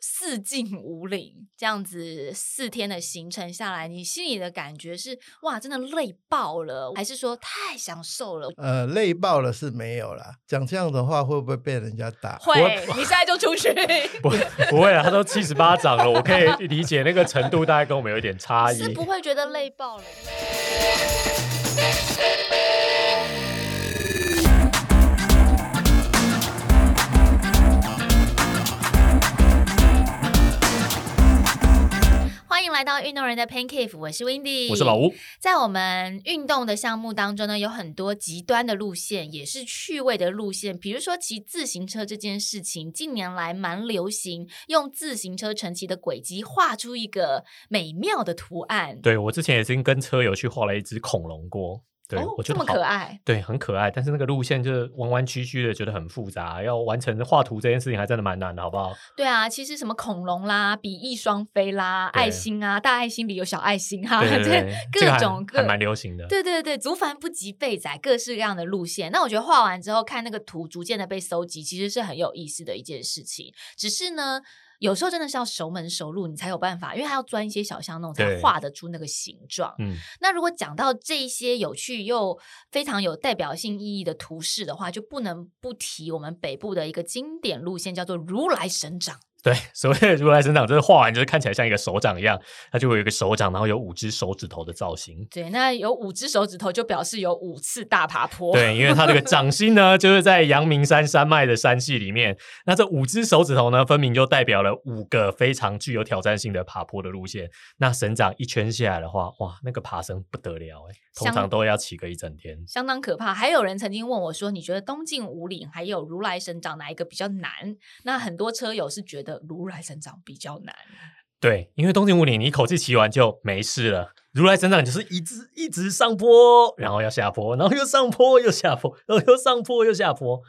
四进五岭这样子四天的行程下来，你心里的感觉是哇，真的累爆了，还是说太享受了？呃，累爆了是没有啦。讲这样的话会不会被人家打？会我，你现在就出 去。不不会啊，他都七十八掌了，我可以理解那个程度，大概跟我们有一点差是异不。会觉得累爆了。欢迎来到运动人的 Pain Cave，我是 Windy，我是老吴，在我们运动的项目当中呢，有很多极端的路线，也是趣味的路线。比如说骑自行车这件事情，近年来蛮流行，用自行车乘骑的轨迹画出一个美妙的图案。对我之前也是跟车友去画了一只恐龙锅，对、哦我，觉这得么好可爱。对，很可爱，但是那个路线就是弯弯曲曲的，觉得很复杂，要完成画图这件事情还真的蛮难的，好不好？对啊，其实什么恐龙啦、比翼双飞啦、对爱心啊、大爱心里有小爱心啊哈、 对对对，这个各还种各还蛮流行的。对对对，竹凡不及被宰，各式各样的路线。那我觉得画完之后，看那个图逐渐的被搜集，其实是很有意思的一件事情。只是呢，有时候真的是要熟门熟路，你才有办法，因为它要钻一些小巷弄，才对画得出那个形状。嗯，那如果讲到这一些有趣又非常有代表性意义的图示的话，就不能不提我们北部的一个经典路线，叫做如来神掌。对， 所谓的如来神掌，就是画完就是看起来像一个手掌一样，它就会有一个手掌，然后有五只手指头的造型。对，那有五只手指头，就表示有五次大爬坡。 对，因为它这个掌心呢，就是在阳明山山脉的山系里面。那这五只手指头呢，分明就代表了五个非常具有挑战性的爬坡的路线。那神掌一圈下来的话，哇，那个爬升不得了哎、通相常都要骑个一整天。相当可怕。还有人曾经问我说：“你觉得东进五岭还有如来神掌哪一个比较难？”那很多车友是觉得如来神掌比较难。对，因为东京五岭你一口气骑完就没事了，如来神掌就是一直一直上坡，然后要下坡，然后又上坡又下坡，然后又上坡又下坡，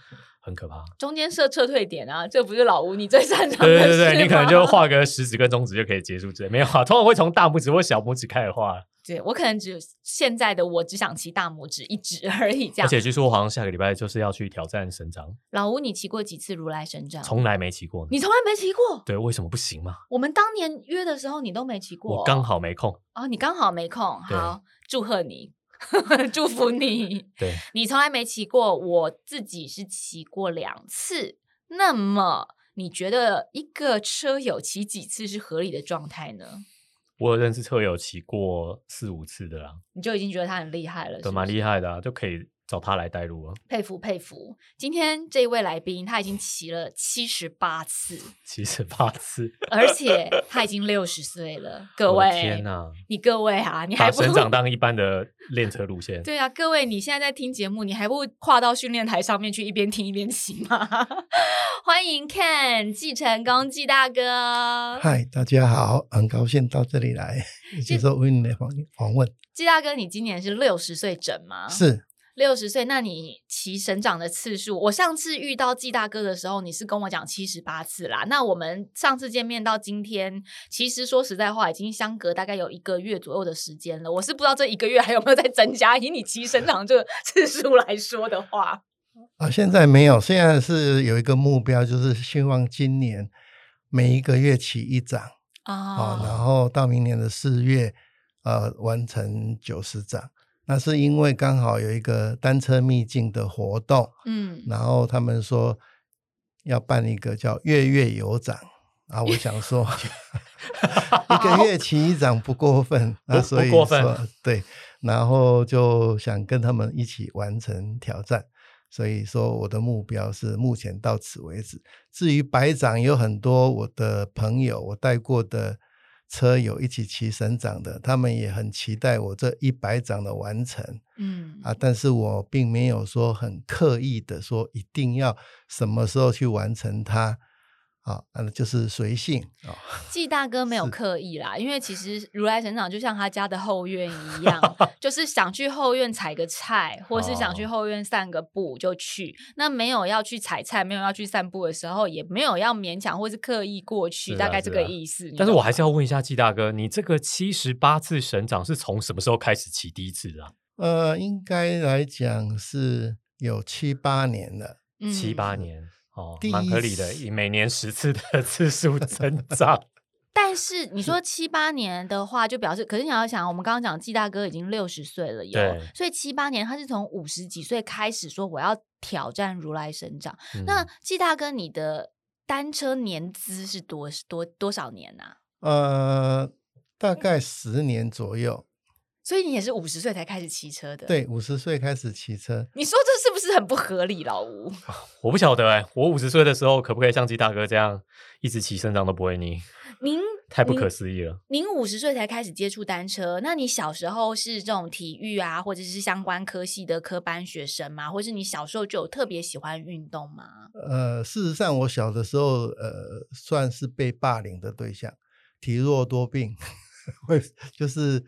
很可怕。中间设撤退点啊，这不是老吴你最擅长的对对事对，你可能吗就画个食指跟中指就可以结束这，没有啊，通常会从大拇指或小拇指开始画，对我可能只现在的我只想骑大拇指一指 而已，这而样。且据说我好像下个礼拜就是要去挑战神掌，老吴，你骑过几次如来神掌？从来没骑过呢。你从来没骑过。对，为什么不行嘛？我们当年约的时候你都没骑过，我刚好没空。哦，你刚好没空，对好，祝贺你， 祝福你。对，你从来没骑过，我自己是骑过两次。那么，你觉得一个车友骑几次是合理的状态呢？我有认识车友骑过四五次的啦，你就已经觉得他很厉害了，对，是蛮吗？厉害的啊，就可以找他来带路啊。佩服佩服！今天这一位来宾他已经骑了七十八次，七十八次，而且他已经六十岁了。 各我的位，天哪！你各位啊，你还把不省长当一般的练车路 线。对啊，各位，你现在在听节目，你还不跨到训练台上面去一边听一边骑吗？ 欢迎 Ken 继承功继大哥，嗨，大家好，很高兴到这里来接受温妮的访访问。季大哥，你今年是六十岁整吗？是六十岁，那你骑省长的次数，我上次遇到季大哥的时候，你是跟我讲七十八次啦。那我们上次见面到今天，其实说实在话，已经相隔大概有一个月左右的时间了。我是不知道这一个月还有没有再增加，以你骑省长这个次数来说的话，啊，现在没有，现在是有一个目标，就是希望今年每一个月起一掌啊、然啊，后到明年的四月，呃，完成九十掌。那是因为刚好有一个单车秘境的活动，嗯，然后他们说要办一个叫月月有掌啊，我想 说一个月骑一掌不过 分，不啊，所以不过分说对，然后就想跟他们一起完成挑战。所以说，我的目标是目前到此为止。至于百掌，有很多我的朋友，我带过的车友一起骑神掌的，他们也很期待我这一百掌的完成。嗯啊，但是我并没有说很刻意的说一定要什么时候去完成它，啊，嗯，就是随性啊、季大哥没有是刻意啦，因为其实如来神掌就像他家的后院一 样，就是想去后院采个菜，或是想去哦后院散个步就去。那没有要去采菜，没有要去散步的时候，也没有要勉强或是刻意过去，是大啊概是这个啊意思。你但是懂我吗还是要问一下季大哥，你这个七十八次省长是从什么时候开始骑第一次的、啊？呃，应该来讲是有七八年了，嗯七八，年。哦第，蛮一合理的，以每年十次的 次数增长，但是你说七八年的话，就表示，可是你要想，我们刚刚讲季大哥已经六十岁了哟对，所以七八年他是从五十几岁开始说我要挑战如来神掌。嗯那季大哥，你的单车年资是多多多少年啊呐、呃，大概十年左右，所以你也是五十岁才开始骑车的。，对，五十岁开始骑车，你说这是不是很不合理，老吴？我不晓得哎、我五十岁的时候可不可以像鸡大哥这样一直骑生长都不会腻？您太不您可思议了。您五十岁才开始接触单车，那你小时候是这种体育啊，或者是相关科系的科班学生吗？或是你小时候就有特别喜欢运动吗？呃，事实上，我小的时候，呃，算是被霸凌的对象，体弱多病， 会就是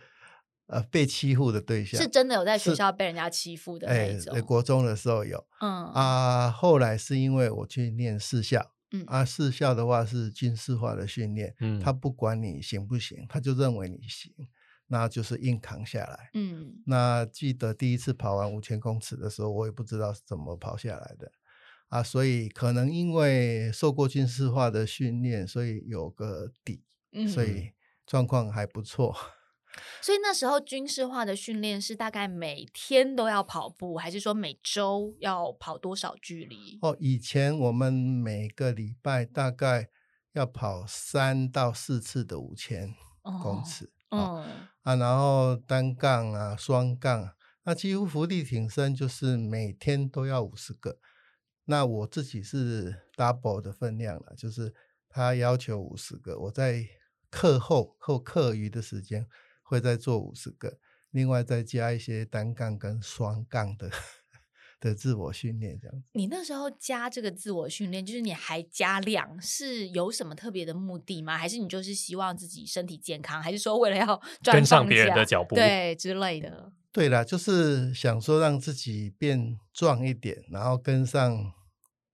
呃被欺负的对象。是真的有在学是校被人家欺负的那哎一种？呃国中的时候有嗯啊，后来是因为我去念市校，嗯啊，市校的话是军事化的训练，嗯，他不管你行不行，他就认为你行，那就是硬扛下来。嗯，那记得第一次跑完五千公尺的时候，我也不知道是怎么跑下来的啊，所以可能因为受过军事化的训练，所以有个底，嗯所以状况还不错。所以那时候军事化的训练是大概每天都要跑步，还是说每周要跑多少距离？哦，以前我们每个礼拜大概要跑三到四次的五千公尺、哦嗯啊，然后单杠啊、双杠啊，那几乎伏地挺身就是每天都要五十个。那我自己是 double 的分量了，就是他要求五十个，我在课后后课余的时间会再做五十个，另外再加一些单杠跟双杠的 的自我训练这样子。你那时候加这个自我训练，就是你还加量，是有什么特别的目的吗？还是你就是希望自己身体健康，还是说为了要赚跟上放别人假的脚步对之类的？对啦，就是想说让自己变壮一点，然后跟上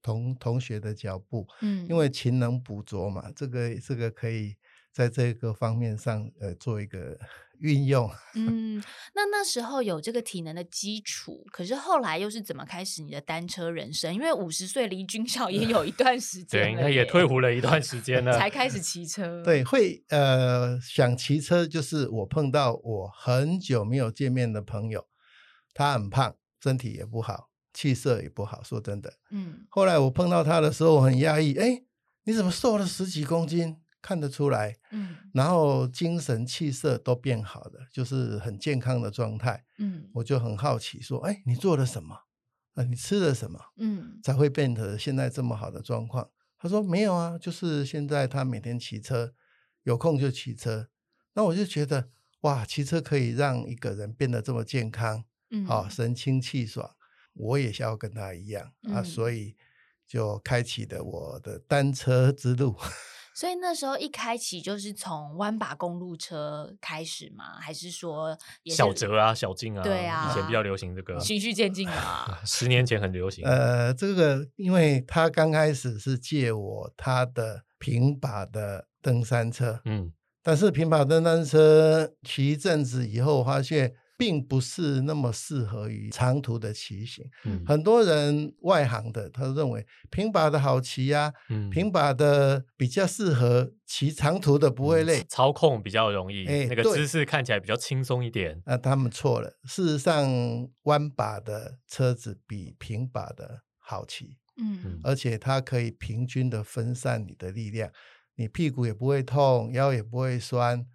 同同学的脚步。嗯，因为勤能补拙嘛，这个这个可以在这个方面上呃做一个 运用。嗯，那那时候有这个体能的基础，可是后来又是怎么开始你的单车人生？因为五十岁离军校也有一段时间了对，耶，应该也退伍了一段时间了。才开始骑车。对，会呃想骑车，就是我碰到我很久没有见面的朋友，他很胖，身体也不好，气色也不好，说真的。嗯，后来我碰到他的时候，我很压抑，哎，你怎么瘦了十几公斤？看得出来，嗯然后精神气色都变好了，就是很健康的状态。嗯我就很好奇，说：“哎，你做了什么？啊，你吃了什么嗯才会变得现在这么好的状况？”他说：“没有啊，就是现在他每天骑车，有空就骑车。”那我就觉得，哇，骑车可以让一个人变得这么健康，嗯，哦啊，神清气爽。我也想要跟他一样、啊，嗯所以就开启了我的单车之路。所以那时候一开启就是从弯把公路车开始吗？还是说也是小折啊，小静啊，对以前比啊较流行这个，循序渐进 啊？十年前很流行。呃，这个因为他刚开始是借我他的平把的登山车，嗯，但是平板登山车骑一阵子以后，发现并不是那么适合于长途的骑行。嗯很多人外行的，他认为平板的好骑呀、嗯平板的比较适合骑长途的，不会累。嗯操控比较容易，哎那个对姿势看起来比较轻松一点。那、他们错了，事实上弯把的车子比平把的好骑，嗯而且它可以平均的分散你的力量，你屁股也不会痛，腰也不会酸。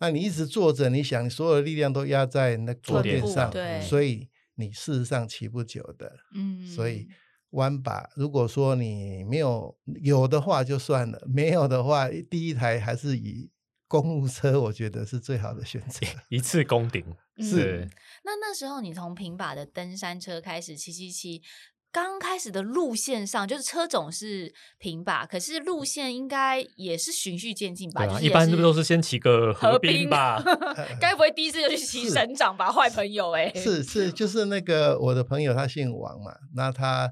那你一直坐着，你想你所有的力量都压在那个坐坐垫垫上上，对所以你事实上骑不久的。嗯，所以弯把，如果说你没有有的话就算了，没有的话，第一台还是以公路车，我觉得是最好的选择。一次攻顶啊嗯是那那时候你从平把的登山车开始骑骑骑，刚开始的路线上就是车种是平把，可是路线应该也是循序渐进吧？嗯对就啊，是一也般是是不是都是先骑个合河 滨吧？呃该不会第一次就去骑是省长吧？坏朋友哎、是是，就是那个我的朋友他姓王嘛，那他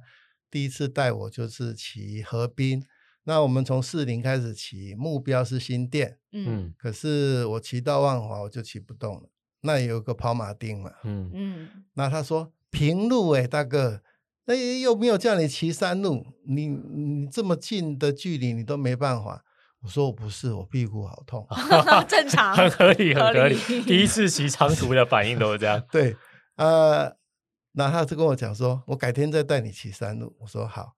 第一次带我就是骑河滨，那我们从士林开始骑，目标是新店，嗯嗯可是我骑到万华我就骑不动了，那有个跑马町嘛， 嗯，嗯那他说平路哎、大哥，那又没有叫你骑山路，你你这么近的距离你都没办法。我说我不是，我屁股好痛。。正常，很合 理，很合理嗯合理。第一次骑长途的反应都是这样 对，呃，然后他就跟我讲说，我改天再带你骑山路。我说好。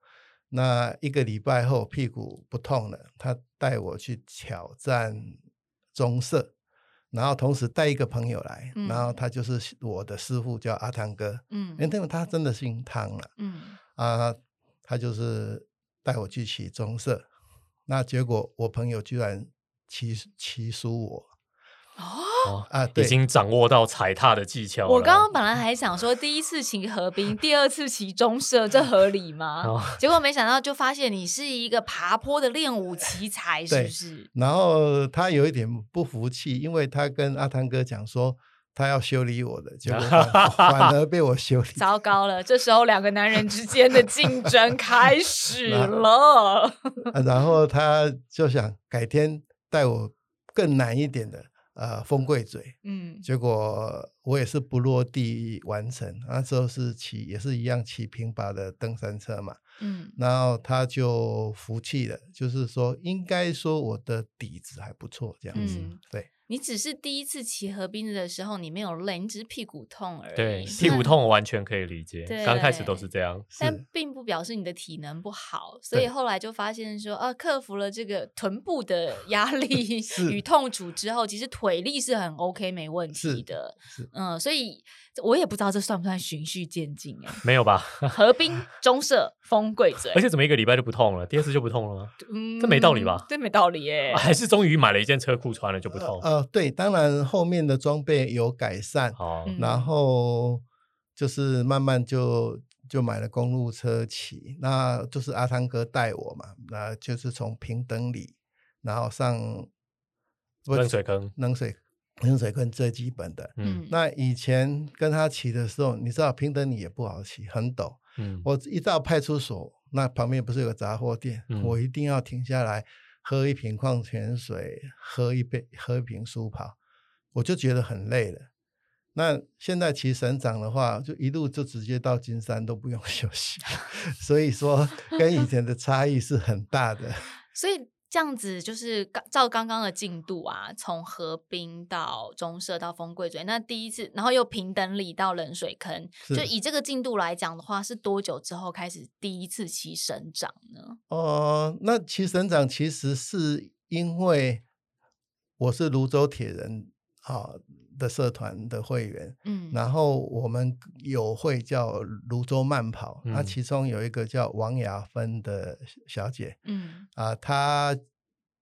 那一个礼拜后屁股不痛了，他带我去挑战棕色，然后同时带一个朋友来，嗯然后他就是我的师傅，叫阿汤哥。因为嗯那个他真的姓汤了嗯啊，他就是带我去骑棕色，那结果我朋友居然骑骑输我哦。哦啊，已对，经掌握到踩踏的技巧了。我刚刚本来还想说，第一次骑河滨，第二次骑中社，这合理吗？哦结果没想到，就发现你是一个爬坡的练武奇才，是不对是？然后他有一点不服气，因为他跟阿汤哥讲说他要修理我的，结果反反而被我修理。糟糕了，这时候两个男人之间的竞争开始 了。啊然后他就想改天带我更难一点的呃风柜嘴，嗯结果我也是不落地完成。那时候是骑也是一样骑平把的登山车嘛，嗯然后他就服气了，就是说应该说我的底子还不错这样子，嗯，对。你只是第一次骑河滨的时候，你没有累，你只是屁股痛而已。 对屁股那。痛，我完全可以理解对。刚开始都是这样。但是并不表示你的体能不好，所以对后来就发现说，啊，克服了这个臀部的压 力是与痛楚之后，其实腿力是很 OK 没问题是的是。嗯，所以我也不知道这算不算循序渐进哎、 没有吧？河滨、中社、风贵嘴而，且怎么一个礼拜就不痛了，第二次就不痛了吗？嗯这没道理吧这没道理哎、还是终于买了一件车裤穿了就不痛？呃，对，当然后面的装备有改善，好，嗯然后就是慢慢就就买了公路车骑，那就是阿汤哥带我嘛，那就是从平等里，然后上不冷水坑。冷水冷水坑最基本的。嗯那以前跟他骑的时候，你知道平等里也不好骑，很陡。嗯，我一到派出所，那旁边不是有个杂货店，嗯我一定要停下来喝一瓶矿泉水，喝一杯喝一瓶舒跑，我就觉得很累了。那现在骑省长的话，就一路就直接到金山都不用 休息，所以说跟以前的差异是很大的。所以这样子就是刚照刚刚的进度啊，从河滨到中社到丰贵嘴，那第一次，然后又平等里到冷水坑，是就以这个进度来讲的话，是多久之后开始第一次骑省长呢？哦，那骑省长其实是因为我是泸州铁人啊、的社团的会员，嗯，然后我们有会叫泸州慢跑，那、嗯其中有一个叫王雅芬的小姐嗯啊、她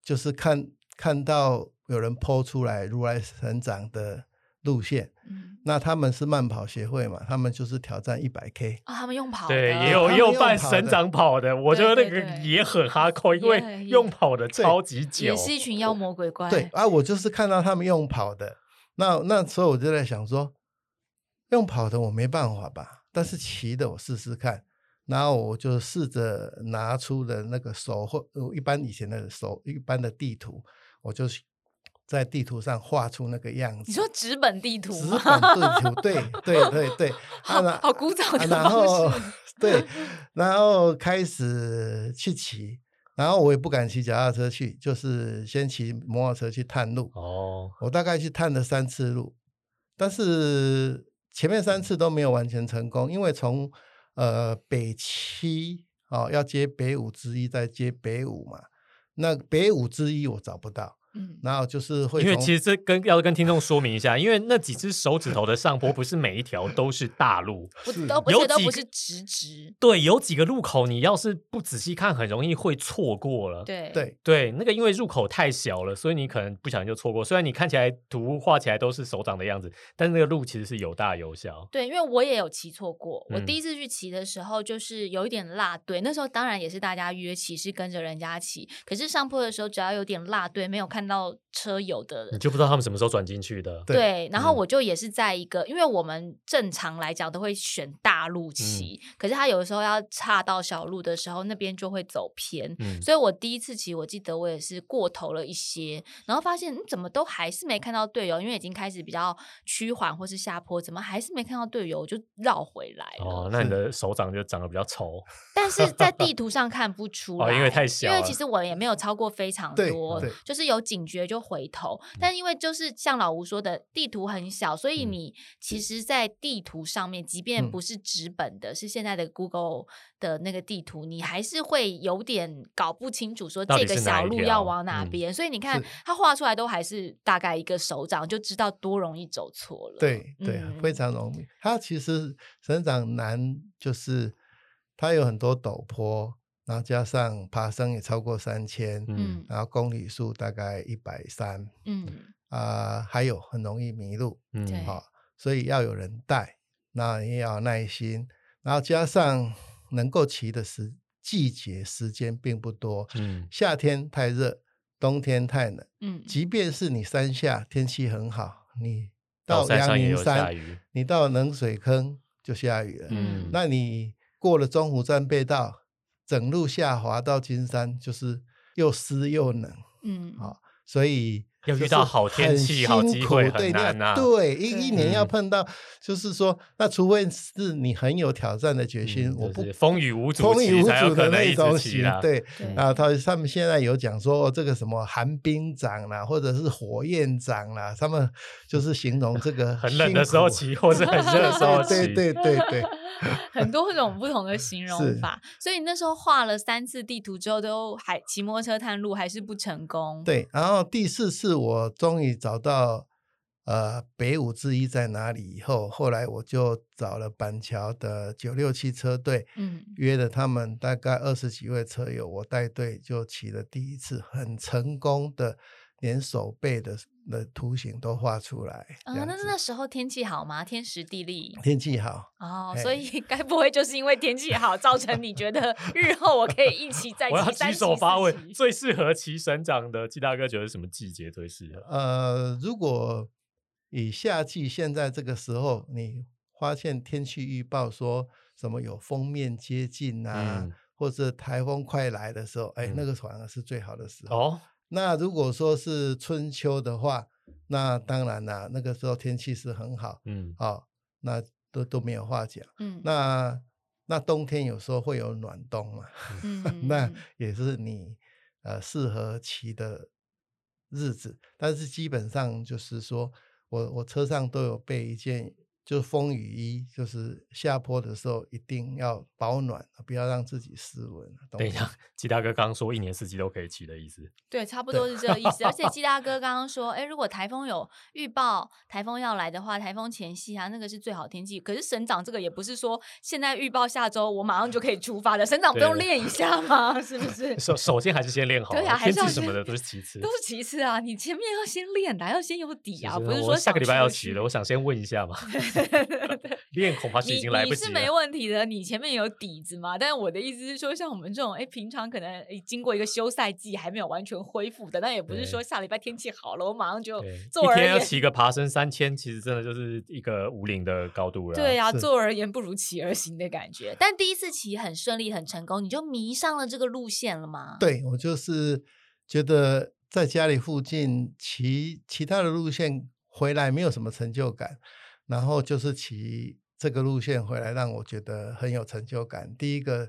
就是看看到有人剖出来如来神掌的路线，嗯，那他们是慢跑协会嘛，他们就是挑战一百 K，啊、他们用跑对，的嗯也他有也们有用办跑省的长跑的，我觉得那对个对也很哈扣，因 也为很用跑的对超级久也。是一群妖魔鬼怪，对啊，我就是看到他们用跑的，那那时候我就在想说，用跑的我没办法吧，但是骑的我试试看。然后我就试着拿出的那个手绘，呃一般以前的手一般的地图，我就去在地图上画出那个样子。你说纸本地图纸吗？本地图，对对对对，啊 然好古早啊的然后 方式，对，然后开始去骑，然后我也不敢骑脚踏车去，就是先骑摩托车去探路。哦，我大概去探了三次路，但是前面嗯三次都没有完全成功，因为从呃北七哦要接北五之一，再接北五嘛，那北五之一我找不到，嗯然后就是会因为从其实这跟要跟听众说明一下，因为那几只手指头的上坡不是每一条都是大路，不是都不有是都几不个是直直，对，有几个路口你要是不仔细看，很容易会错过了。对对对，那个因为入口太小了，所以你可能不小心就错过。虽然你看起来图画起来都是手掌的样子，但那个路其实是有大有小。对，因为我也有骑错过。我嗯第一次去骑的时候，就是有一点落队。那时候当然也是大家约骑，是跟着人家骑。可是上坡的时候，只要有点落队，没有看看到车友的你就不知道他们什么时候转进去的。对对，然后嗯我就也是在一个，因为我们正常来讲都会选大路嗯骑，可是他有的时候要岔到小路的时候，那边就会走偏。嗯，所以我第一次骑，我记得我也是过头了一些，然后发现、嗯、怎么都还是没看到队友，因为已经开始比较趋缓或是下坡，怎么还是没看到队友，我就绕回来了。哦，那你的手掌就长得比 较丑。但是在地图上看不出哦来，因为太小因为了其实我也没有超过非常对多对，就是有警觉就回头。但因为就是像老吴说的，地图很小，所以嗯你其实，在地图上面，即便嗯不是纸本的，是现在的 Google 的那个地图，你还是会有点搞不清楚说到这底个是哪小一路条要往哪嗯边。所以你看是，它画出来都还是大概一个手掌，就知道多容易走错了。对对，啊嗯非常容易。它其实神掌难，就是它有很多陡坡，然后加上爬升也超过三千、嗯嗯然后公里数大概一百三嗯啊，还有很容易迷路，嗯，对好、所以要有人带，那也要有耐心，然后加上能够骑的时季节时间并不多，嗯夏天太热，冬天太冷。嗯，即便是你山下天气很好，你到到山阳上也明有下山雨，你到冷水坑就下雨了。嗯那你过了中湖站被道，整路下滑到金山，就是又湿又冷，嗯好所以要遇就是到好天很气好辛机苦会很对，那难啊对，对一一年要嗯碰到，就是说，那除非是你很有挑战的决心，嗯我就不是风雨无阻风雨骑无才有阻可的能那一直种骑骑啦，嗯对。对啊，他他们现在有讲说、哦这个什么寒冰掌啦，或者是火焰掌啦，他们就是形容这个 很冷的时候辛苦骑，或是很热的时候 对骑，对对对， 很多种不同的形容是法，所以那时候画了三次地图之后，都还骑摩托车探路还是不成功。，对，然后第四次我终于找到呃北五之一在哪里以后，后来我就找了板桥的九六七车队，嗯约了他们大概二十几位车友，我带队就骑了第一次，很成功的，连手背的的图形都画出来。啊、这样那子那时候天气好吗？天时地 利天气好，哦，嘿所以该不会就是因为天气好，造成你觉得日后我可以一起再我要骑举三手骑发四问，骑最适合骑省长的季大哥觉得什么季节最适合？呃，如果以夏季现在这个时候，你发现天气预报说什么有封面接近啊，嗯或者台风快来的时候，哎，那嗯个反而是最好的时候。哦，那如果说是春秋的话，那当然啦、那个时候天气是很好，嗯，哦，那都都没有话讲。嗯那 那冬天有时候会有暖冬嘛， 嗯那嗯也是你呃适合骑的日子，但是基本上就是说我我车上都有备一件就是风雨衣，就是下坡的时候一定要保暖，不要让自己失温。懂等一吗下，季大哥刚说一年四季都可以骑的意 思，对，差不多是这个意思。而且季大哥刚刚说，哎，如果台风有预报，台风要来的话，台风前夕啊，那个是最好天气。可是省长这个也不是说现在预报下周我马上就可以出发的，省长不用对练一下吗？是不 是？首首先还是先练好啊，对啊还天是要气什先么的都是其 次都。是其次啊，你前面要先练的，要先有底啊，其实不是我说下个想礼拜要出骑去了，我想先问一下 嘛，练恐怕是已你经来不你及是了没。问题的，你前面有底子嘛？但是我的意思是说，像我们这种哎，平常可能诶经过一个休赛季还没有完全恢复的，那也不是对说下礼拜天气好了，我马上就对坐一而天要言骑个爬升三千，其实真的就是一个五岭的高度了。啊对啊呀、是坐而言不如骑而行的感觉。但第一次骑很顺利、很成功，你就迷上了这个路线了吗？，对我就是觉得在家里附近骑其他的路线回来没有什么成就感，然后就是骑这个路线回来让我觉得很有成就感。第一个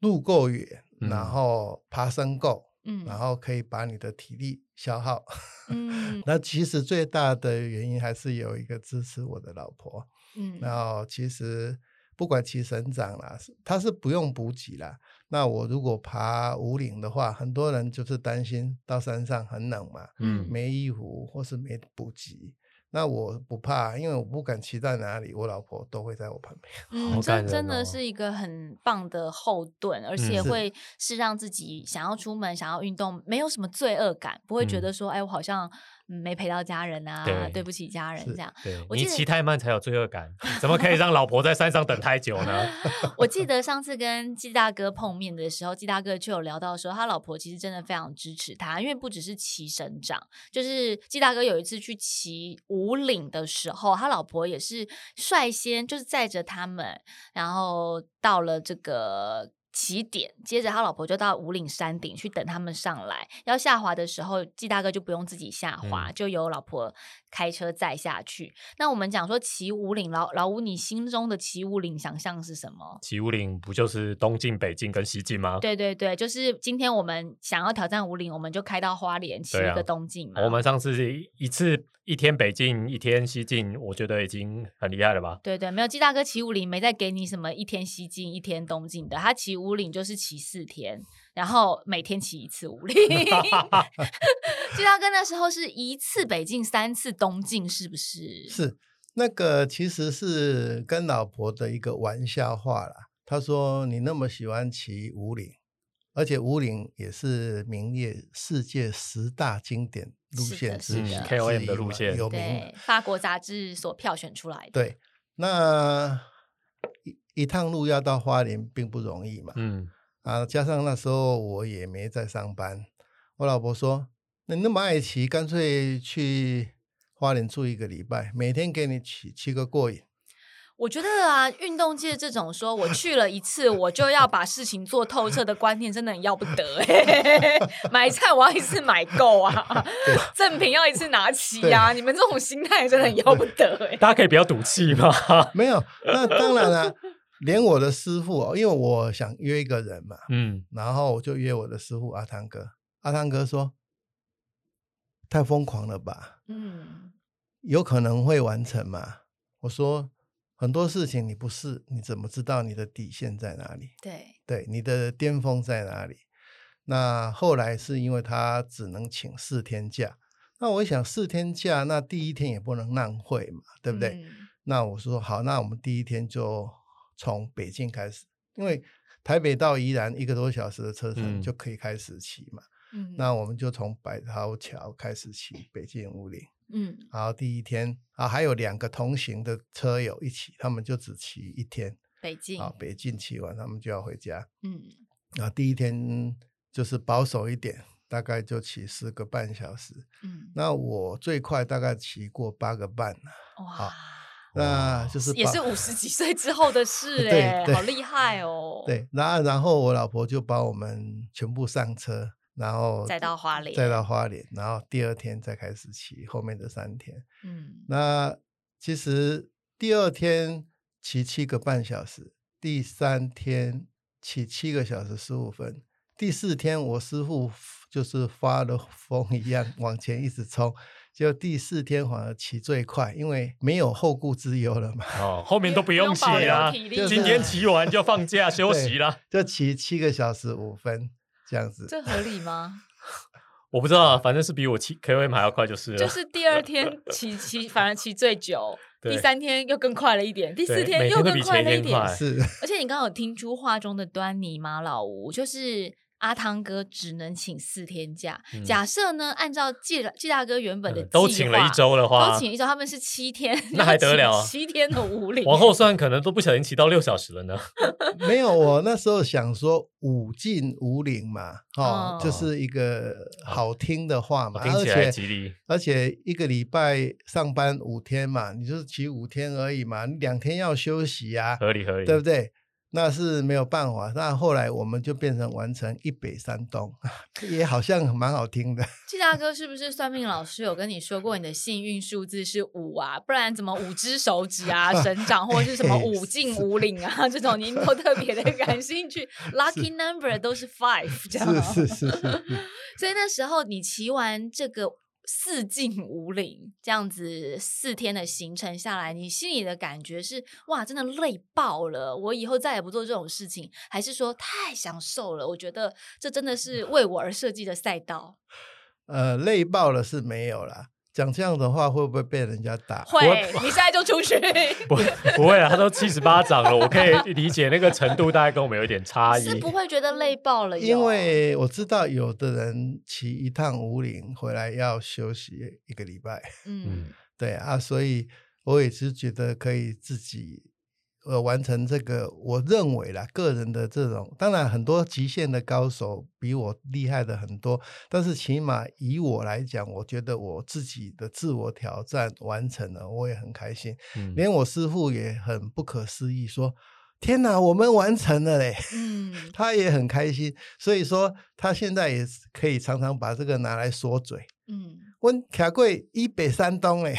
路够远，嗯然后爬升够，嗯然后可以把你的体力消耗。 嗯那其实最大的原因还是有一个支持我的老婆，嗯然后其实不管骑省长啦，是它是不用补给啦。那我如果爬五岭的话，很多人就是担心到山上很冷嘛，嗯没衣服或是没补给。那我不怕，因为我不管骑到哪里，我老婆都会在我旁边。嗯，好这感真人的哦是一个很棒的后盾，而且嗯是会是让自己想要出门、想要运动，没有什么罪恶感，不会觉嗯得说，哎，我好像嗯没陪到家人啊，对对不起家人是这样。对我你记得骑太慢才有罪恶感，怎么可以让老婆在山上等太久呢？ 我记得上次跟季大哥碰面的时候，季大哥就有聊到说，他老婆其实真的非常支持他，因为不只是骑省长，就是季大哥有一次去骑五岭的时候，他老婆也是率先就是载着他们，然后到了这个。起点，接着他老婆就到五岭山顶去等他们上来。要下滑的时候，季大哥就不用自己下滑，就由老婆开车载下去。那我们讲说骑五岭，老老吴，你心中的骑五岭想象是什么？骑五岭不就是东进、北进跟西进吗？对对对，就是今天我们想要挑战五岭，我们就开到花莲骑对一啊个东进嘛。我们上次一一次一天北进，一天西进，我觉得已经很厉害了吧？对对，没有季大哥骑五岭没再给你什么一天西进一天东进的，他骑五岭就是骑四天，然后每天骑一次 五岭。季大哥那时候是一次北进三次东进，是不是？是那个其实是跟老婆的一个玩笑话啦。他说：“你那么喜欢骑五岭，而且五岭也是名列世界十大经典路是的线之是一的嗯之 KOM 一的路嘛线有名的对，法国杂志所票选出来的。对，那一一趟路要到花莲并不容易嘛，嗯，啊，加上那时候我也没在上班，我老婆说：“你那么爱骑，干脆去花莲住一个礼拜，每天给你骑骑个过瘾。我觉得啊，运动界这种说我去了一次，我就要把事情做透彻的观念，真的很要不得哎、 买菜我要一次买够啊，赠品要一次拿齐呀、你们这种心态真的很要不得哎、大家可以不要赌气吗？没有，那当然了、连我的师傅哦，因为我想约一个人嘛， 嗯，然后我就约我的师傅阿汤哥。阿汤哥说：“太疯狂了吧， 嗯，有可能会完成嘛？”我说：“很多事情你不试，你怎么知道你的底线在哪里？”对，对，你的巅峰在哪里？那后来是因为他只能请四天假，那我一想四天假，那第一天也不能浪费嘛，对不对？嗯那我说好，那我们第一天就从北京开始，因为台北到宜兰一个多小时的车程嗯就可以开始骑嘛。嗯那我们就从百桃桥开始骑北京五岭，嗯然后第一天啊，还有两个同行的车友一起，他们就只骑一天北京啊，北京骑完他们就要回家。嗯啊，第一天就是保守一点，大概就骑四个半小时。嗯那我最快大概骑过八个半啊哇，那就是也保是五十几岁之后的事 对哎、对好厉害哦，，对。然后然后我老婆就把我们全部上车，然后再到花莲再到花莲，然后第二天再开始骑后面的三天。嗯那其实第二天骑七个半小时，第三天骑七个小时十五分，第四天我师傅就是发了疯一样往前一直冲，就第四天反而骑最快，因为没有后顾之忧了嘛， 哦，后面都不用骑不用保啦，留体力就是今天骑完就 放假休息啦。就骑七个小时五分这样子。这合理吗？我不知道啊，反正是比我骑 KOM 还要快就是了。就是第二天骑骑，反而骑最久，对第三天又更快了一点，第四对每又天都更比快前一了一天点。快 是，而且你刚刚有听出话中的端倪吗，老吴？就是阿汤哥只能请四天假。嗯假设呢，按照季大季大哥原本的、嗯都请了一，周的话，都请一周，他们是七天， 那还得了啊要请七天的无理。 往后算可能都不小心骑到六小时了呢。没有，我那时候想说五进五岭嘛，哦，就哦是一个好听的话嘛，听而起来且吉利而且一个礼拜上班五天嘛，你就是骑五天而已嘛，你两天要休息呀、合理合理，对不对？那是没有办法。那后来我们就变成完成一北三东， 也好像蛮好听的。季大哥是不是算命老师有跟你说过你的幸运数字是五啊？不然怎么五只手指啊、 省长或者是什么五进五岭啊这种，您都特别的感兴 趣。Lucky number 都是 five 这样。哦是是是是，所以那时候你骑完这个四进五岭这样子四天的行程下来，你心里的感觉是哇，真的累爆了！我以后再也不做这种事情，还是说太享受了？我觉得这真的是为我而设计的赛道。呃，累爆了是没有啦，讲这样的话会不会被人家打？会，你现在就出 去。不不会啊，他都七十八掌了，我可以理解那个程度，大概跟我们有一点差是异不。会觉得累爆了哟，因为我知道有的人骑一趟五岭回来要休息一个礼拜，嗯嗯，对啊，所以我也是觉得可以自己呃完成这个，我认为啦，个人的这种，当然很多极限的高手比我厉害的很多，但是起码以我来讲，我觉得我自己的自我挑战完成了，我也很开心，嗯连我师傅也很不可思议说。天哪，我们完成了嘞！ 嗯，他也很开心，所以说他现在也是可以常常把这个拿来说嘴。嗯，温卡贵一北山东嘞，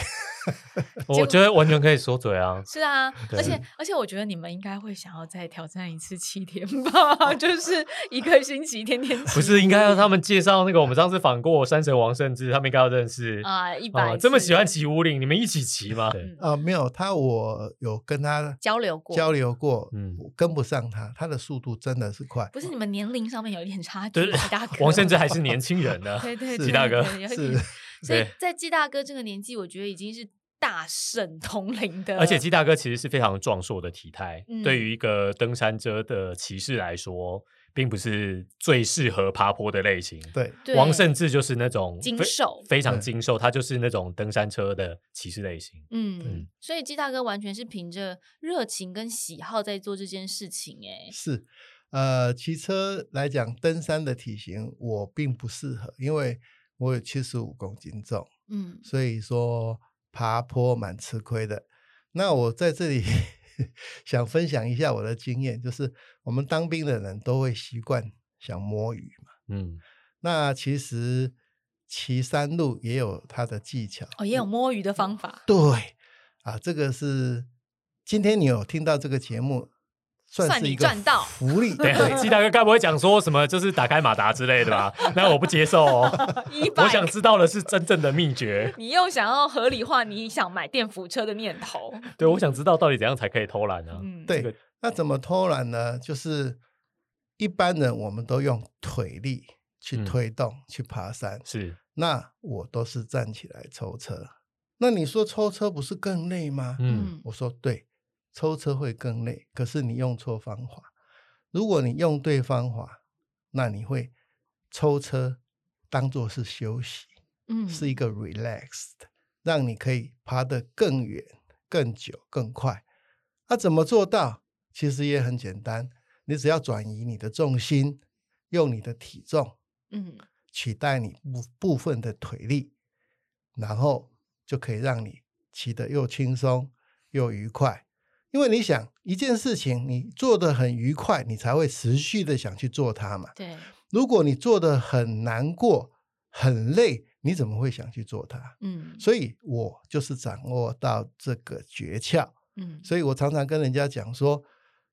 我觉得完全可以说嘴啊。是啊，对而且而且，我觉得你们应该会想要再挑战一次七天吧， 就是一个星期天天 不是应该让他们介绍那个我们上次访过山神王胜之，他们应该要认识啊，一百哦，这么喜欢骑五岭，你们一起骑吗？ 嗯啊、没有他，我有跟他交流过交流过，嗯我跟不上他，他的速度真的是快。不是你们年龄上面有一点差距对啊，大哥， 王胜之还是 年轻人呢。 对对是对，季大哥对有一是点所以对在季大哥这个年纪，我觉得已经是大圣同龄的，啊而且鸡大哥其实是非常壮硕的体态，嗯对于一个登山者的骑士来说，并不是最适合爬坡的类型。对，对王胜志就是那种精非瘦非常对精瘦，他就是那种登山车的骑士类型。嗯嗯，所以季大哥完全是凭着热情跟喜好在做这件事情、欸，是，呃，骑车来讲，登山的体型我并不适合，因为我有七十五公斤重，嗯，所以说爬坡蛮吃亏的。那我在这里 想分享一下我的经验，就是我们当兵的人都会习惯想摸鱼嘛。 嗯，那其实骑山路也有它的技巧，哦，也有摸鱼的方法，对啊，这个是今天你有听到这个节目，算算是你一个赚到福利。等一下，鸡大哥该不会讲说什么就是打开马达之类的 吧？那我不接受哦。一百我，想知道的是真正的秘诀， 你又想要合理化你想买电扶车的念头，对我想知道到底怎样才可以偷懒啊？嗯，对这个那怎么偷懒呢？就是一般人我们都用腿力去嗯推动、去爬山，是，那我都是站起来抽车。那你说抽车不是更累吗？嗯，我说对，抽车会更累，可是你用错方法。如果你用对方法，那你会抽车当做是休息，嗯是一个 relaxed，让你可以爬得更远、更久、更快。那、怎么做到？其实也很简单，你只要转移你的重心，用你的体重嗯取代你部部分的腿力，然后就可以让你骑得又轻松又愉快。因为你想一件事情，你做得很愉快，你才会持续的想去做它嘛。对，如果你做得很难过、很累，你怎么会想去做它？嗯，所以我就是掌握到这个诀窍，嗯，所以我常常跟人家讲说，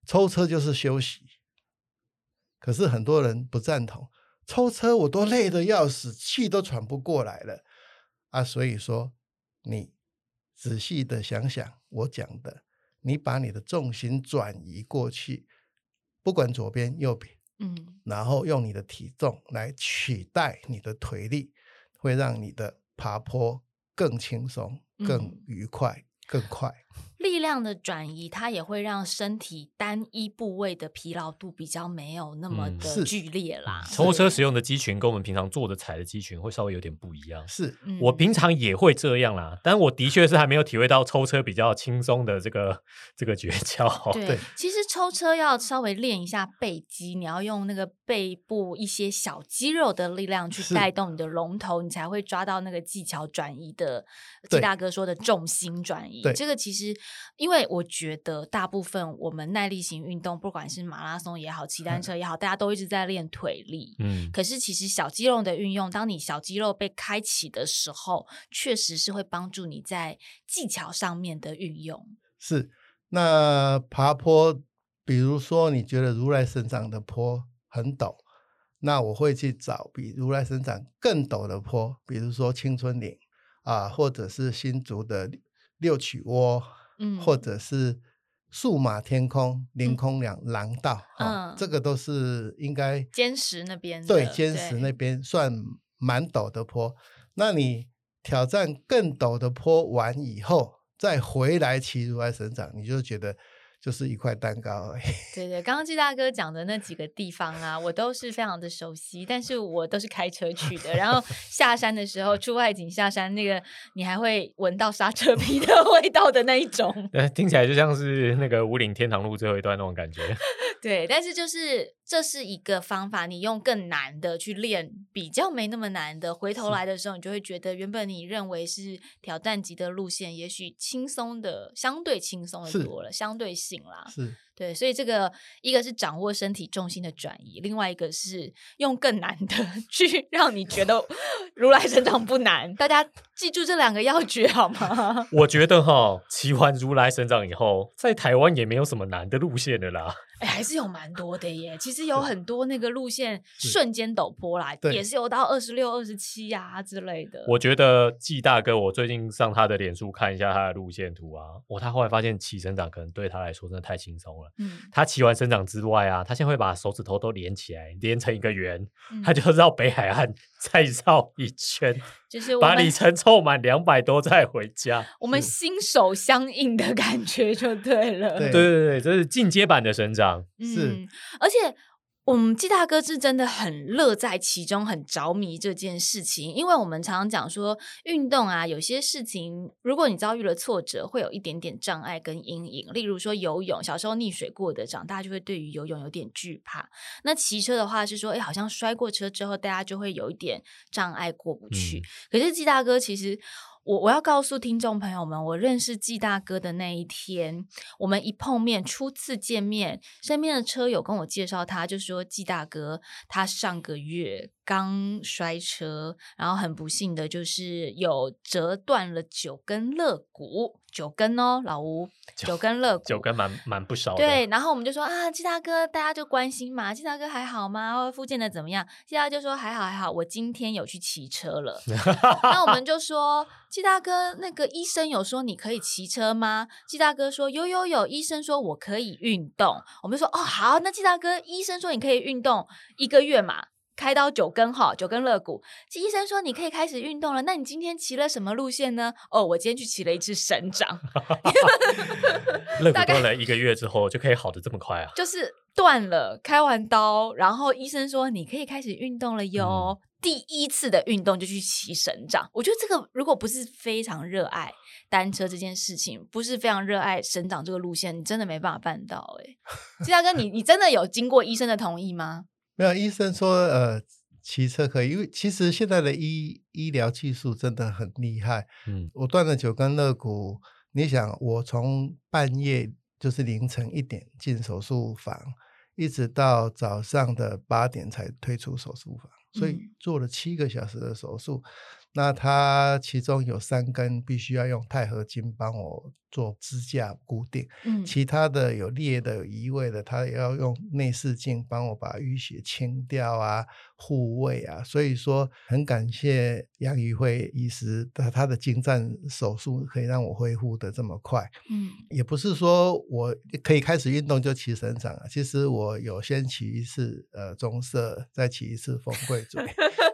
抽车就是休息。可是很多人不赞同，抽车我都累得要死，气都喘不过来了啊！所以说，你仔细的想想我讲的，你把你的重心转移过去，不管左边右边，嗯然后用你的体重来取代你的腿力，会让你的爬坡更轻松、嗯更愉快、更快。力量的转移，它也会让身体单一部位的疲劳度比较没有那么嗯的是剧烈啦。抽车使用的肌群跟我们平常坐着踩的肌群会稍微有点不一样。是嗯我平常也会这样啦，但我的确是还没有体会到抽车比较轻松的这个 这个诀窍。对哦对，其实抽车要稍微练一下背肌，你要用那个背部一些小肌肉的力量去是带动你的龙头，你才会抓到那个技巧转移的。季对大哥说的重心转移，对这个其实因为我觉得大部分我们耐力型运动，不管是马拉松也好、骑嗯单车也好，大家都一直在练腿力。嗯，可是其实小肌肉的运用，当你小肌肉被开启的时候，确实是会帮助你在技巧上面的运用。是。那爬坡，比如说你觉得如来神掌的坡很陡，那我会去找比如来神掌更陡的坡，比如说青春岭啊，或者是新竹的六曲窝，嗯，或者是数码天空、凌空两廊道，啊嗯这个都是应该坚石那边的对，坚石对那边算蛮陡的坡。那你挑战更陡的坡完以后，再回来骑如来神掌，你就觉得就是一块蛋糕欸而已。对对，刚刚季大哥讲的那几个地方啊，我都是非常的熟悉，但是我都是开车去的。然 后下山的时候，出外景下山，那个你还会闻到刹车皮 的味道的那一种。呃，听起来就像是那个五岭天堂路最后一段那种感觉。 对，但是就是这是一个方法，你用更难的去练，比较没那么难的，回头来的时候，你就会觉得原本你认为是挑战级的路线，也许轻松的，相对轻松的是多了，相对性啦。 是对，所以这个一个是掌握身体重心的转移，另外一个是用更难的 去让你觉得如来神掌不难。大家记住这两个要诀好吗？我觉得哈，骑完如来神掌以后，在台湾也没有什么难的路线的啦。 哎，还是有蛮多的耶。其实有很多那个路线瞬间陡坡啦，对也是有到二十六、二十七呀之类的。我觉得季大哥，我最近上他的脸书看一下他的路线图啊，我他后来发现骑神掌可能对他来说真的太轻松了。嗯，他骑完神掌之外啊，他现在会把手指头都连起来，连成一个圆，嗯他就绕北海 岸再绕一圈，就是我把们里程凑满两百多再回家。我们心手相印的感觉就对了。对对对对，这是进阶版的神掌。是嗯，而且我们季大哥是真的很乐在其中，很着迷这件事情。因为我们常常讲说，运动啊，有些事情如果你遭遇了挫折，会有一点点障碍跟阴影。例如说游泳，小时候溺水过的，长大就会对于游泳有点惧怕。那骑车的话是说，哎，好像摔过车之后，大家就会有一点障碍过不去。嗯可是季大哥其实。我我要告诉听众朋友们，我认识季大哥的那一天，我们一碰面，初次见面，身边的车友跟我介绍他，就说季大哥他上个月刚摔车，然后很不幸的就是有折断了九根肋骨，九根哦，老吴，九九根肋骨，九根蛮蛮不少的，对，然后我们就说啊，季大哥，大家就关心嘛，季大哥还好吗？哦复健的怎么样？季大哥就说还好还好，我今天有去骑车了。那我们就说，季大哥，那个医生有说你可以骑车吗？季大哥说有有有，医生说我可以运动。我们就说哦好，那季大哥，医生说你可以运动一个月嘛。开刀九根哈，九根肋骨。季医生说你可以开始运动了，那你今天骑了什么路线呢？哦，我今天去骑了一只神掌。肋骨大概断了一个月之后就可以好的这么快啊？就是断了，开完刀，然后医生说你可以开始运动了哟。第一次的运动就去骑神掌，我觉得这个如果不是非常热爱单车这件事情，不是非常热爱神掌这个路线，你真的没办法办到 哎、欸。季大哥，你你真的有经过医生的同意吗？没有医生说呃骑车可以，因为其实现在的医医疗技术真的很厉害。嗯，我断了九根肋骨，你想我从半夜就是凌晨一点进手术房，一直到早上的八点才退出手术房，所以嗯做了七个小时的手术。那他其中有三根必须要用钛合金帮我做支架固定，嗯其他的有裂的、有移位的，他也要用内视镜帮我把淤血清掉啊、护卫啊。所以说，很感谢杨宇慧医师，他他的精湛手术可以让我恢复的这么快。嗯也不是说我可以开始运动就骑神掌啊，其实我有先骑一次呃棕色，再骑一次风贵嘴，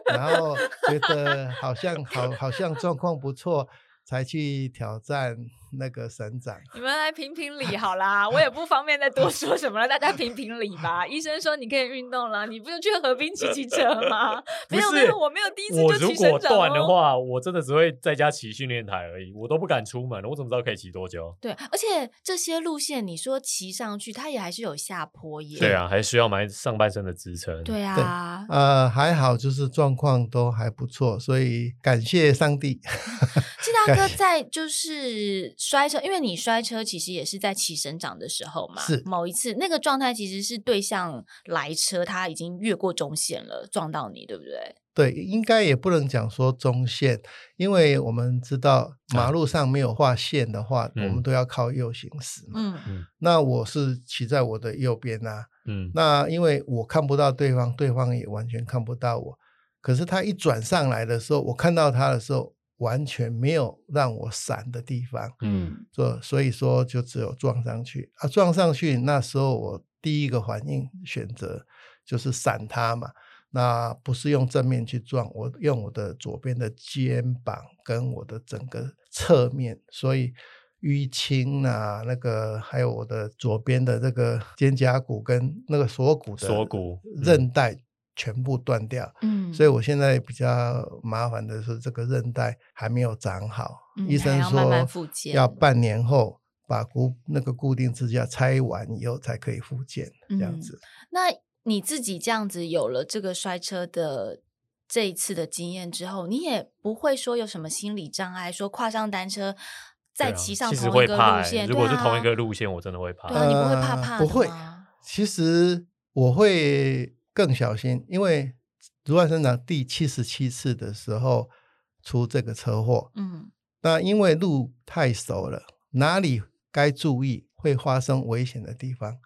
然后觉得好像好好像状况不错，才去挑战那个神掌。你们来评评理好啦，我也不方便再多说什么了，大家评评理吧。医生说你可以运动了，你不就去河滨骑骑车 吗？不没有没是有，我没有第一次我就如骑神果掌、哦。断的话，我真的只会在家骑训练台而已，我都不敢出门，我怎么知道可以骑多久？对，而且这些路线你说骑上去，它也还是有下坡耶。对，啊，还需要买上半身的支撑。嗯对 啊。 呃，还好，就是状况都还不错，所以感谢上帝。 季大哥在就是摔车，因为你摔车其实也是在骑神掌的时候嘛，是某一次那个状态其实是对向来车他已经越过中线了，撞到你，对不对？对，应该也不能讲说中线，因为我们知道马路上没有画线的话，我嗯们都要靠右行驶嘛。嗯那我是骑在我的右边啊，嗯，那因为我看不到对方，对方也完全看不到我。可是他一转上来的时候，我看到他的时候，完全没有让我闪的地方。嗯所所以说就只有撞上去啊，撞上去那时候我第一个反应选择就是闪他嘛，那不是用正面去撞，我用我的左边的肩膀跟我的整个侧面，所以淤青啊，那个还有我的左边的这个肩胛骨跟那个锁骨的锁骨嗯韧带全部断掉。嗯，所以我现在比较麻烦的是，这个韧带还没有长好，嗯医生还要说慢慢复健要半年后把固那个固定支架拆完以后才可以复健，这样嗯子。那你自己这样子有了这个摔车的这一次的经验之后，你也不会说有什么心理障碍，说跨上单车再对啊骑上其实同一会个路怕欸线，如对果是同一啊个路线，我真的会对怕。啊，你不会怕呃怕的不会吗其实我会更小心，因为如来生长第七十七次的时候出这个车祸，嗯那因为路太熟了，哪里该注意会发生危险的地方，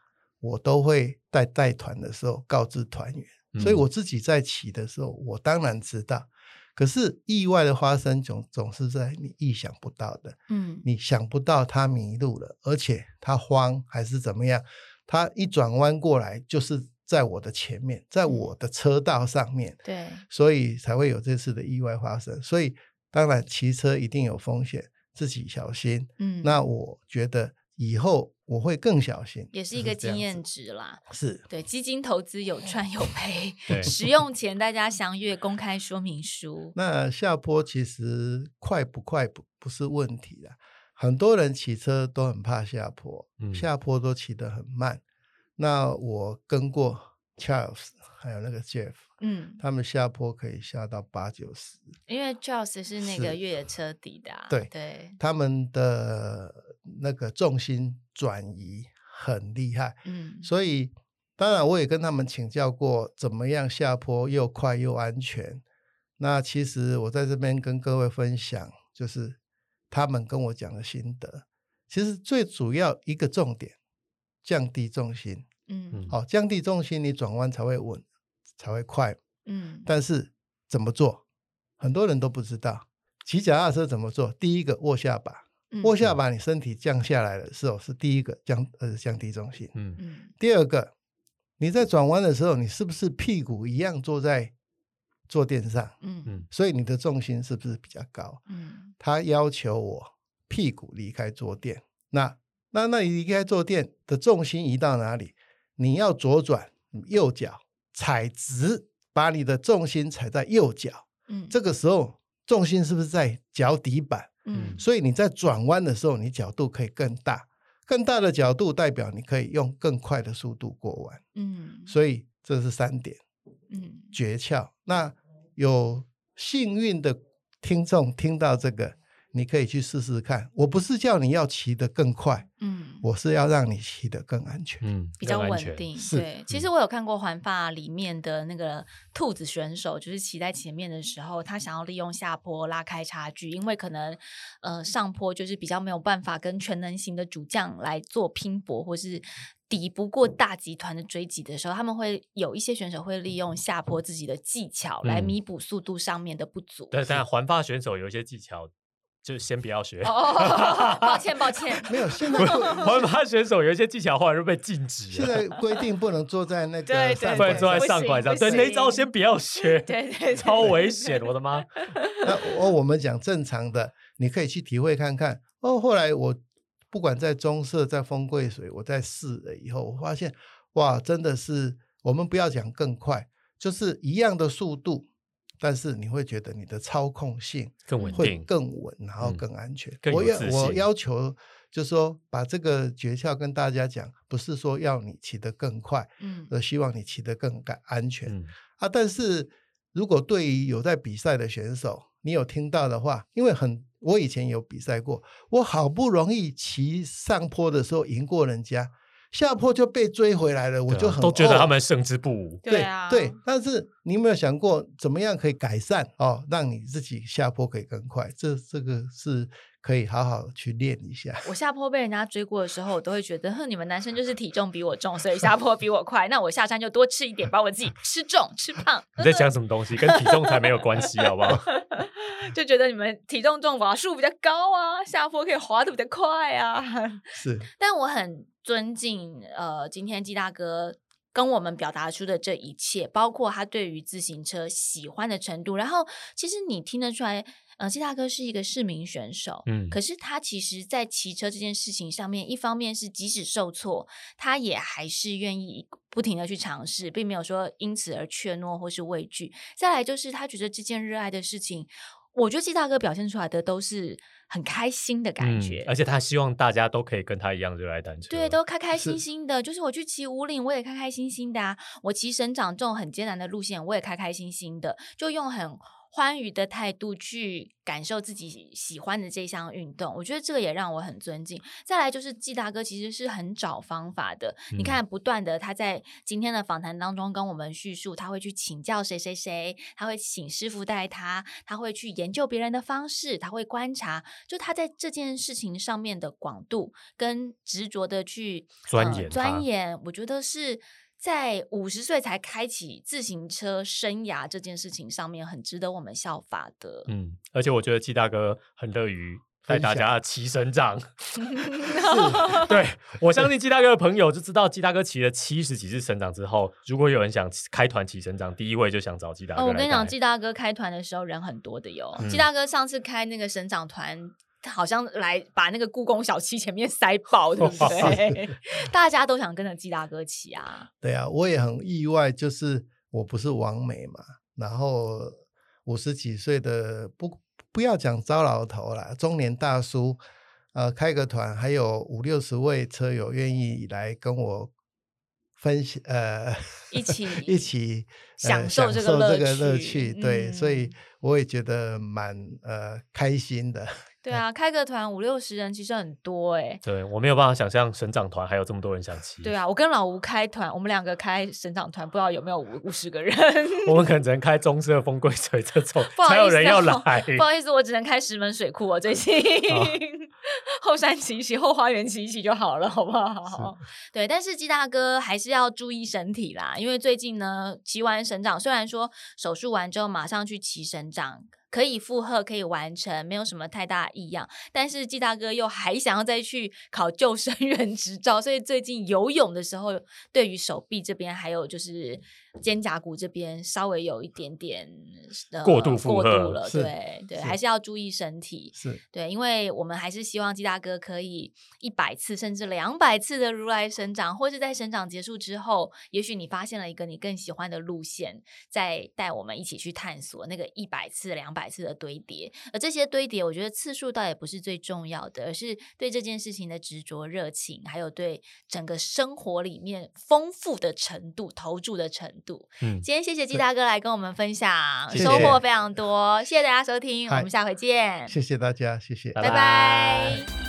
我都会在带团的时候告知团员。啊所以嗯，我自己在骑的时候，我当然知道。可是意外的发生总总是在你意想不到的，嗯你想不到他迷路了，而且他慌还是怎么样，他一转弯过来就是在我的前面，嗯在我的车道上面，对，所以才会有这次的意外发生。所以当然骑车一定有风险，自己小心。嗯，那我觉得以后我会更小心，也是 就一个这经样验子，值啦。是对，基金投资 有赚有赔对使用前大家详阅公开说明书。那下坡其实快不快不不是问题啦，很多人骑车都很怕下坡，嗯下坡都骑得很慢。那我跟过 Charles 还有那个 Jeff，嗯，他们下坡可以下到八九十，因为 Charles 是那个是越野车底的、啊，对对，他们的那个重心转移很厉害，嗯，所以当然我也跟他们请教过，怎么样下坡又快又安全。那其实我在这边跟各位分享，就是他们跟我讲的心得。其实最主要一个重点，降低重心。嗯嗯好、降低重心，你转弯才会稳，才会快。嗯，但是怎么做，很多人都不知道。骑脚踏车怎么做？第一个握下巴，嗯握下巴，你身体降下来了，是哦，是第一个降呃降低重心。嗯，嗯第二个，你在转弯的时候，你是不是屁股一样坐在坐垫上？嗯嗯嗯所以你的重心是不是比较高？嗯他要求我屁股离开坐垫，那那那你离开坐垫的重心移到哪里？你要左转，右脚踩直，把你的重心踩在右脚。嗯，这个时候重心是不是在脚底板？嗯所以你在转弯的时候，你角度可以更大，更大的角度代表你可以用更快的速度过弯。嗯所以这是三点嗯诀窍。那有幸运的听众听到这个，你可以去试试看。我不是叫你要骑得更快，嗯。我是要让你骑得更安全。嗯，比较更安稳全定。是对，其实我有看过环法里面的那个兔子选手，就是骑在前面的时候，他想要利用下坡拉开差距，因为可能呃上坡就是比较没有办法跟全能型的主将来做拼搏，或是。抵不过大集团的追击的时候，他们会有一些选手会利用下坡自己的技巧来嗯弥补速度上面的不足。但但环发选手有一些技巧，就先不要学。哦， 抱歉抱歉，没有，现在 环发选手有一些技巧，后来就被禁止现了，在规定不能坐在那个对对对上不拐然坐上在不上行拐上。不对，那一行招先不要学， 对对对 超危险，我的妈！那我我们讲正常的，你可以去体会看看。哦，后来我不管在中社、在丰贵水，我在试了以后，我发现哇，真的是我们不要讲更快，就是一样的速度，但是你会觉得你的操控性更稳会定，更稳，然后嗯更安全。更我有要自我信要求。就是说，把这个诀窍跟大家讲，不是说要你骑得更快，嗯而希望你骑得更感安全。嗯，啊，但是如果对于有在比赛的选手，你有听到的话，因为很我以前有比赛过，我好不容易骑上坡的时候赢过人家，下坡就被追回来了，我对啊就很哦都觉得懊他们胜之不武。对啊对，但是你有没有想过怎么样可以改善哦，让你自己下坡可以更快？这这个是可以好好去练一下。我下坡被人家追过的时候，我都会觉得，哼，你们男生就是体重比我重，所以下坡比我快。那我下山就多吃一点，把我自己吃重、吃胖，你在讲什么东西？跟体重才没有关系，好不好？就觉得你们体重重，瓦数比较高啊，下坡可以滑的比较快啊。 是，但我很尊敬呃，今天季大哥跟我们表达出的这一切，包括他对于自行车喜欢的程度。然后，其实你听得出来，呃，季大哥是一个市民选手， 嗯可是他其实，在骑车这件事情上面，一方面是即使受挫，他也还是愿意不停的去尝试，并没有说因此而怯懦或是畏惧。再来就是他觉得这件热爱的事情，我觉得季大哥表现出来的都是很开心的感觉，嗯而且他希望大家都可以跟他一样热爱单车，对，都开开心是心的。就是我去骑五岭，我也开开心心的啊；我骑省长这种很艰难的路线，我也开开心心的，就用很欢愉的态度去感受自己喜欢的这项运动。我觉得这个也让我很尊敬。再来就是季大哥其实是很找方法的，你嗯看不断的他在今天的访谈当中跟我们叙述，他会去请教谁谁谁，他会请师傅带他，他会去研究别人的方式，他会观察，就他在这件事情上面的广度跟执着的去钻呃研它钻研，我觉得是。在五十岁才开启自行车生涯这件事情上面，很值得我们效法的。嗯，而且我觉得季大哥很乐于带分大享 家骑省长。对我相信季大哥的朋友就知道，季大哥骑了七十几次省长之后，如果有人想骑开团骑省长，第一位就想找季大哥哦，来带。我跟你讲，季大哥开团的时候人很多的哟。季嗯大哥上次开那个省长团。好像来把那个故宫小七前面塞爆，对不对？ 大家都想跟着季大哥骑啊。对啊，我也很意外，就是我不是王美嘛，然后五十几岁的不不要讲糟老头啦，中年大叔，呃，开个团，还有五六十位车友愿意来跟我分享，呃，一起 一起、呃享受这个享乐这个乐趣趣，对，所以嗯我也觉得蛮呃开心的。 对啊，开个团五六十人其实很多哎、对我没有办法想象省长团还有这么多人想骑。对，啊，我跟老吴开团，我们两个开省长团，不知道有没有五五十个人。我们可能只能开棕色风龟水这种 不，好才有人意思要哦来。不好意思，我只能开石门水库哦，最近、哦后山骑一骑，后花园骑一骑就好了，好不好？对，但是鸡大哥还是要注意身体啦，因为最近呢，骑完省长，虽然说手术完之后马上去骑省长。可以负荷，可以完成，没有什么太大异样。但是季大哥又还想要再去考救生员执照，所以最近游泳的时候，对于手臂这边还有就是肩胛骨这边稍微有一点点、呃、过度负过荷度了，是对对，是还是要注意身体。是，对，因为我们还是希望季大哥可以一百次甚至两百次的如来神掌，或是在神掌结束之后，也许你发现了一个你更喜欢的路线，再带我们一起去探索那个一百次、两百次的堆叠。而这些堆叠，我觉得次数倒也不是最重要的，而是对这件事情的执着、热情，还有对整个生活里面丰富的程度、投注的程度。嗯今天谢谢季大哥来跟我们分享，谢谢收获非常多，谢谢大家收听，我嗨们下回见。谢谢大家，谢谢。拜拜